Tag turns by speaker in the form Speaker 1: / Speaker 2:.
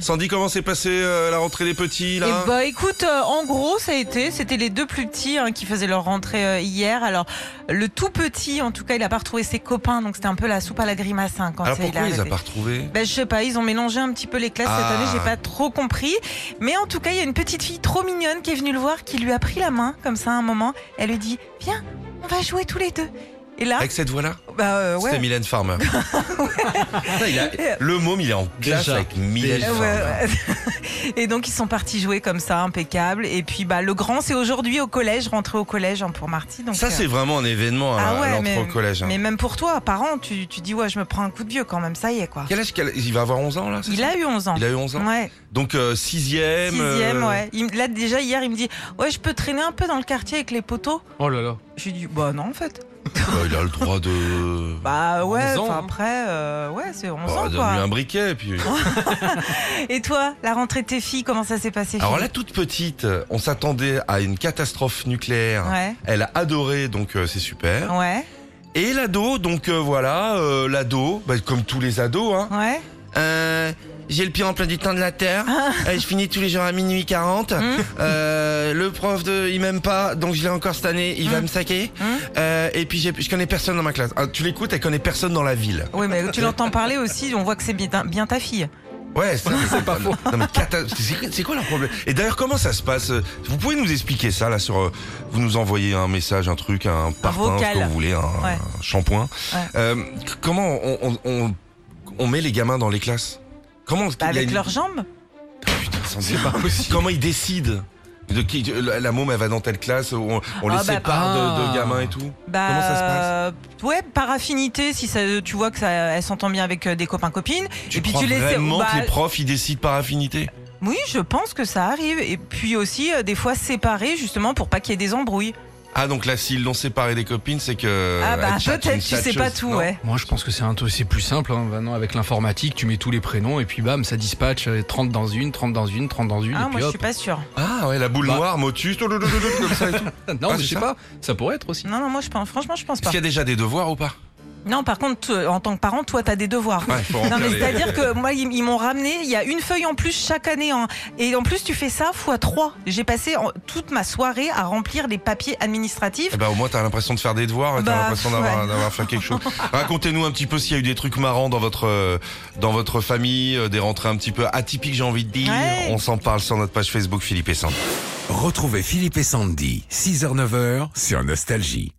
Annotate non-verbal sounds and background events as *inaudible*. Speaker 1: Sandy, comment s'est passée euh, la rentrée des petits là
Speaker 2: Eh bah écoute, euh, en gros, ça a été, c'était les deux plus petits hein, qui faisaient leur rentrée euh, hier. Alors le tout petit, en tout cas, il a pas retrouvé ses copains, donc c'était un peu la soupe à la grimace hein, quand
Speaker 1: Alors
Speaker 2: il est
Speaker 1: pourquoi ils a
Speaker 2: arrivé.
Speaker 1: pas retrouvé
Speaker 2: Ben, je sais pas, ils ont mélangé un petit peu les classes
Speaker 1: Ah.
Speaker 2: cette année, j'ai pas trop compris. Mais en tout cas, il y a une petite fille trop mignonne qui est venue le voir, qui lui a pris la main, comme ça, à un moment. Elle lui dit Viens, on va jouer tous les deux. Et là,
Speaker 1: Avec cette voix-là
Speaker 2: bah euh, ouais.
Speaker 1: C'était Mylène Farmer. Putain, il a- Le môme, il est en classe
Speaker 3: Déjà.
Speaker 1: avec Mylène
Speaker 2: Euh,
Speaker 1: Farmer.
Speaker 2: ouais, ouais. *laughs* Et donc ils sont partis jouer comme ça, impeccable. Et puis bah le grand c'est aujourd'hui au collège, rentré au collège hein, pour Marty. Donc
Speaker 1: Ça,
Speaker 2: euh,
Speaker 1: c'est vraiment un événement à-
Speaker 2: Ah
Speaker 1: à
Speaker 2: ouais,
Speaker 1: l'entrée
Speaker 2: mais-
Speaker 1: au collège. hein.
Speaker 2: Mais même pour toi, parent, tu, tu dis ouais je me prends un coup de vieux quand même, ça y est quoi.
Speaker 1: Quel âge quel- Il va avoir 11 ans là c'est
Speaker 2: Il
Speaker 1: ça
Speaker 2: a eu 11 ans.
Speaker 1: Il a eu 11 ans.
Speaker 2: Ouais,
Speaker 1: Donc 6 e
Speaker 2: sixième, ouais. Il, me- là déjà hier il me dit ouais je peux traîner un peu dans le quartier avec les poteaux.
Speaker 3: Oh là là.
Speaker 2: Je lui dis bah non en fait.
Speaker 1: bah, il a le droit de.
Speaker 2: *laughs* Bah ouais,
Speaker 3: 11 ans,
Speaker 2: enfin,
Speaker 3: hein.
Speaker 2: après euh, ouais c'est 11
Speaker 1: Bah,
Speaker 2: ans
Speaker 1: donne-lui
Speaker 2: quoi.
Speaker 1: un briquet. Puis...
Speaker 2: Et toi, la rentrée de tes filles, comment ça s'est passé
Speaker 1: Alors là,
Speaker 2: Philippe
Speaker 1: toute petite, on s'attendait à une catastrophe nucléaire.
Speaker 2: Ouais.
Speaker 1: Elle a adoré, donc euh, c'est super.
Speaker 2: Ouais,
Speaker 1: Et l'ado, donc euh, voilà, euh, l'ado, bah, comme tous les ados, hein.
Speaker 2: ouais.
Speaker 1: Euh, j'ai le pire emploi du temps de la Terre.
Speaker 2: Ah.
Speaker 1: Euh, je finis tous les jours à minuit 40.
Speaker 2: Hum.
Speaker 1: Euh, le prof de, il m'aime pas, donc je l'ai encore cette année, il
Speaker 2: Hum.
Speaker 1: va me saquer.
Speaker 2: Hein
Speaker 1: Euh, et puis j'ai- je connais personne dans ma classe. Ah, tu l'écoutes, elle connaît personne dans la ville.
Speaker 2: Oui, mais tu l'entends parler aussi, on voit que c'est bien, ta- bien ta fille.
Speaker 1: Ouais, ça, c'est pas faux. *laughs* Non, mais cata- c'est- c'est quoi leur problème Et d'ailleurs, comment ça se passe Vous pouvez nous expliquer ça là sur euh, vous nous envoyez un message, un truc, un parfum,
Speaker 2: vocal.
Speaker 1: ce que vous voulez, un,
Speaker 2: Ouais.
Speaker 1: un shampoing.
Speaker 2: Ouais.
Speaker 1: Euh, c- comment on, on, on- on met les gamins dans les classes Comment
Speaker 2: Bah,
Speaker 1: il y a
Speaker 2: avec
Speaker 1: une-
Speaker 2: leurs jambes
Speaker 1: Putain, sans dire. Comment ils décident de qui de- la, la môme elle va dans telle classe On, on
Speaker 2: Ah,
Speaker 1: les
Speaker 2: bah,
Speaker 1: sépare de- de,
Speaker 3: ah.
Speaker 1: gamins et tout.
Speaker 2: bah,
Speaker 1: Comment ça se passe
Speaker 2: euh, Ouais, par affinité, si ça, tu vois que ça, elle s'entend bien avec euh, des copains copines.
Speaker 1: Tu
Speaker 2: et puis
Speaker 1: crois
Speaker 2: tu les
Speaker 1: vraiment
Speaker 2: bah,
Speaker 1: que les profs ils décident par affinité
Speaker 2: Oui, je pense que ça arrive. Et puis aussi, euh, des fois séparés, justement, pour pas qu'il y ait des embrouilles.
Speaker 1: Ah donc là s'ils l'ont séparé des copines c'est que
Speaker 2: ah bah
Speaker 1: elles chattent Euh, une
Speaker 2: peut-être, tu sais pas
Speaker 1: chatcheuse,
Speaker 2: tout,
Speaker 1: non
Speaker 2: ouais.
Speaker 3: Moi, je pense que c'est un c'est plus simple. hein. Maintenant, avec l'informatique, tu mets tous les prénoms et puis bam, ça dispatche euh, 30 dans une, 30 dans une, 30 dans une.
Speaker 2: Ah,
Speaker 3: et
Speaker 2: moi
Speaker 3: puis
Speaker 2: je
Speaker 3: hop.
Speaker 2: suis pas sûre.
Speaker 1: Ah ouais, la boule
Speaker 3: Bah.
Speaker 1: noire, motus, comme ça et tout.
Speaker 3: non,
Speaker 1: Ah,
Speaker 3: mais
Speaker 1: c'est
Speaker 3: je sais
Speaker 1: ça
Speaker 3: pas. Ça pourrait être aussi.
Speaker 2: Non, non, moi je pense, franchement, je pense
Speaker 1: Est-ce
Speaker 2: pas.
Speaker 1: qu'il y a déjà des devoirs ou pas
Speaker 2: Non, par contre, toi, en tant que parent, toi, t'as
Speaker 1: *laughs*
Speaker 2: des devoirs.
Speaker 1: Ouais, faut
Speaker 2: Non mais
Speaker 1: remplir les-
Speaker 2: c'est-à-dire que moi ils, ils m'ont ramené, il y a une feuille en plus chaque année hein. et en plus tu fais ça fois 3. J'ai passé en- toute ma soirée à remplir les papiers administratifs.
Speaker 1: Eh ben, au moins, t'as l'impression de faire des devoirs et t'as
Speaker 2: Bah,
Speaker 1: l'impression d'avoir
Speaker 2: ouais.
Speaker 1: d'avoir fait quelque chose. *laughs* Racontez-nous un petit peu s'il y a eu des trucs marrants dans votre, euh, dans votre famille, euh, des rentrées un petit peu atypiques, j'ai envie de dire.
Speaker 2: Ouais.
Speaker 1: On s'en parle sur notre page Facebook Philippe et Sandy.
Speaker 4: Retrouvez Philippe et Sandy, 6h-9h sur Nostalgie.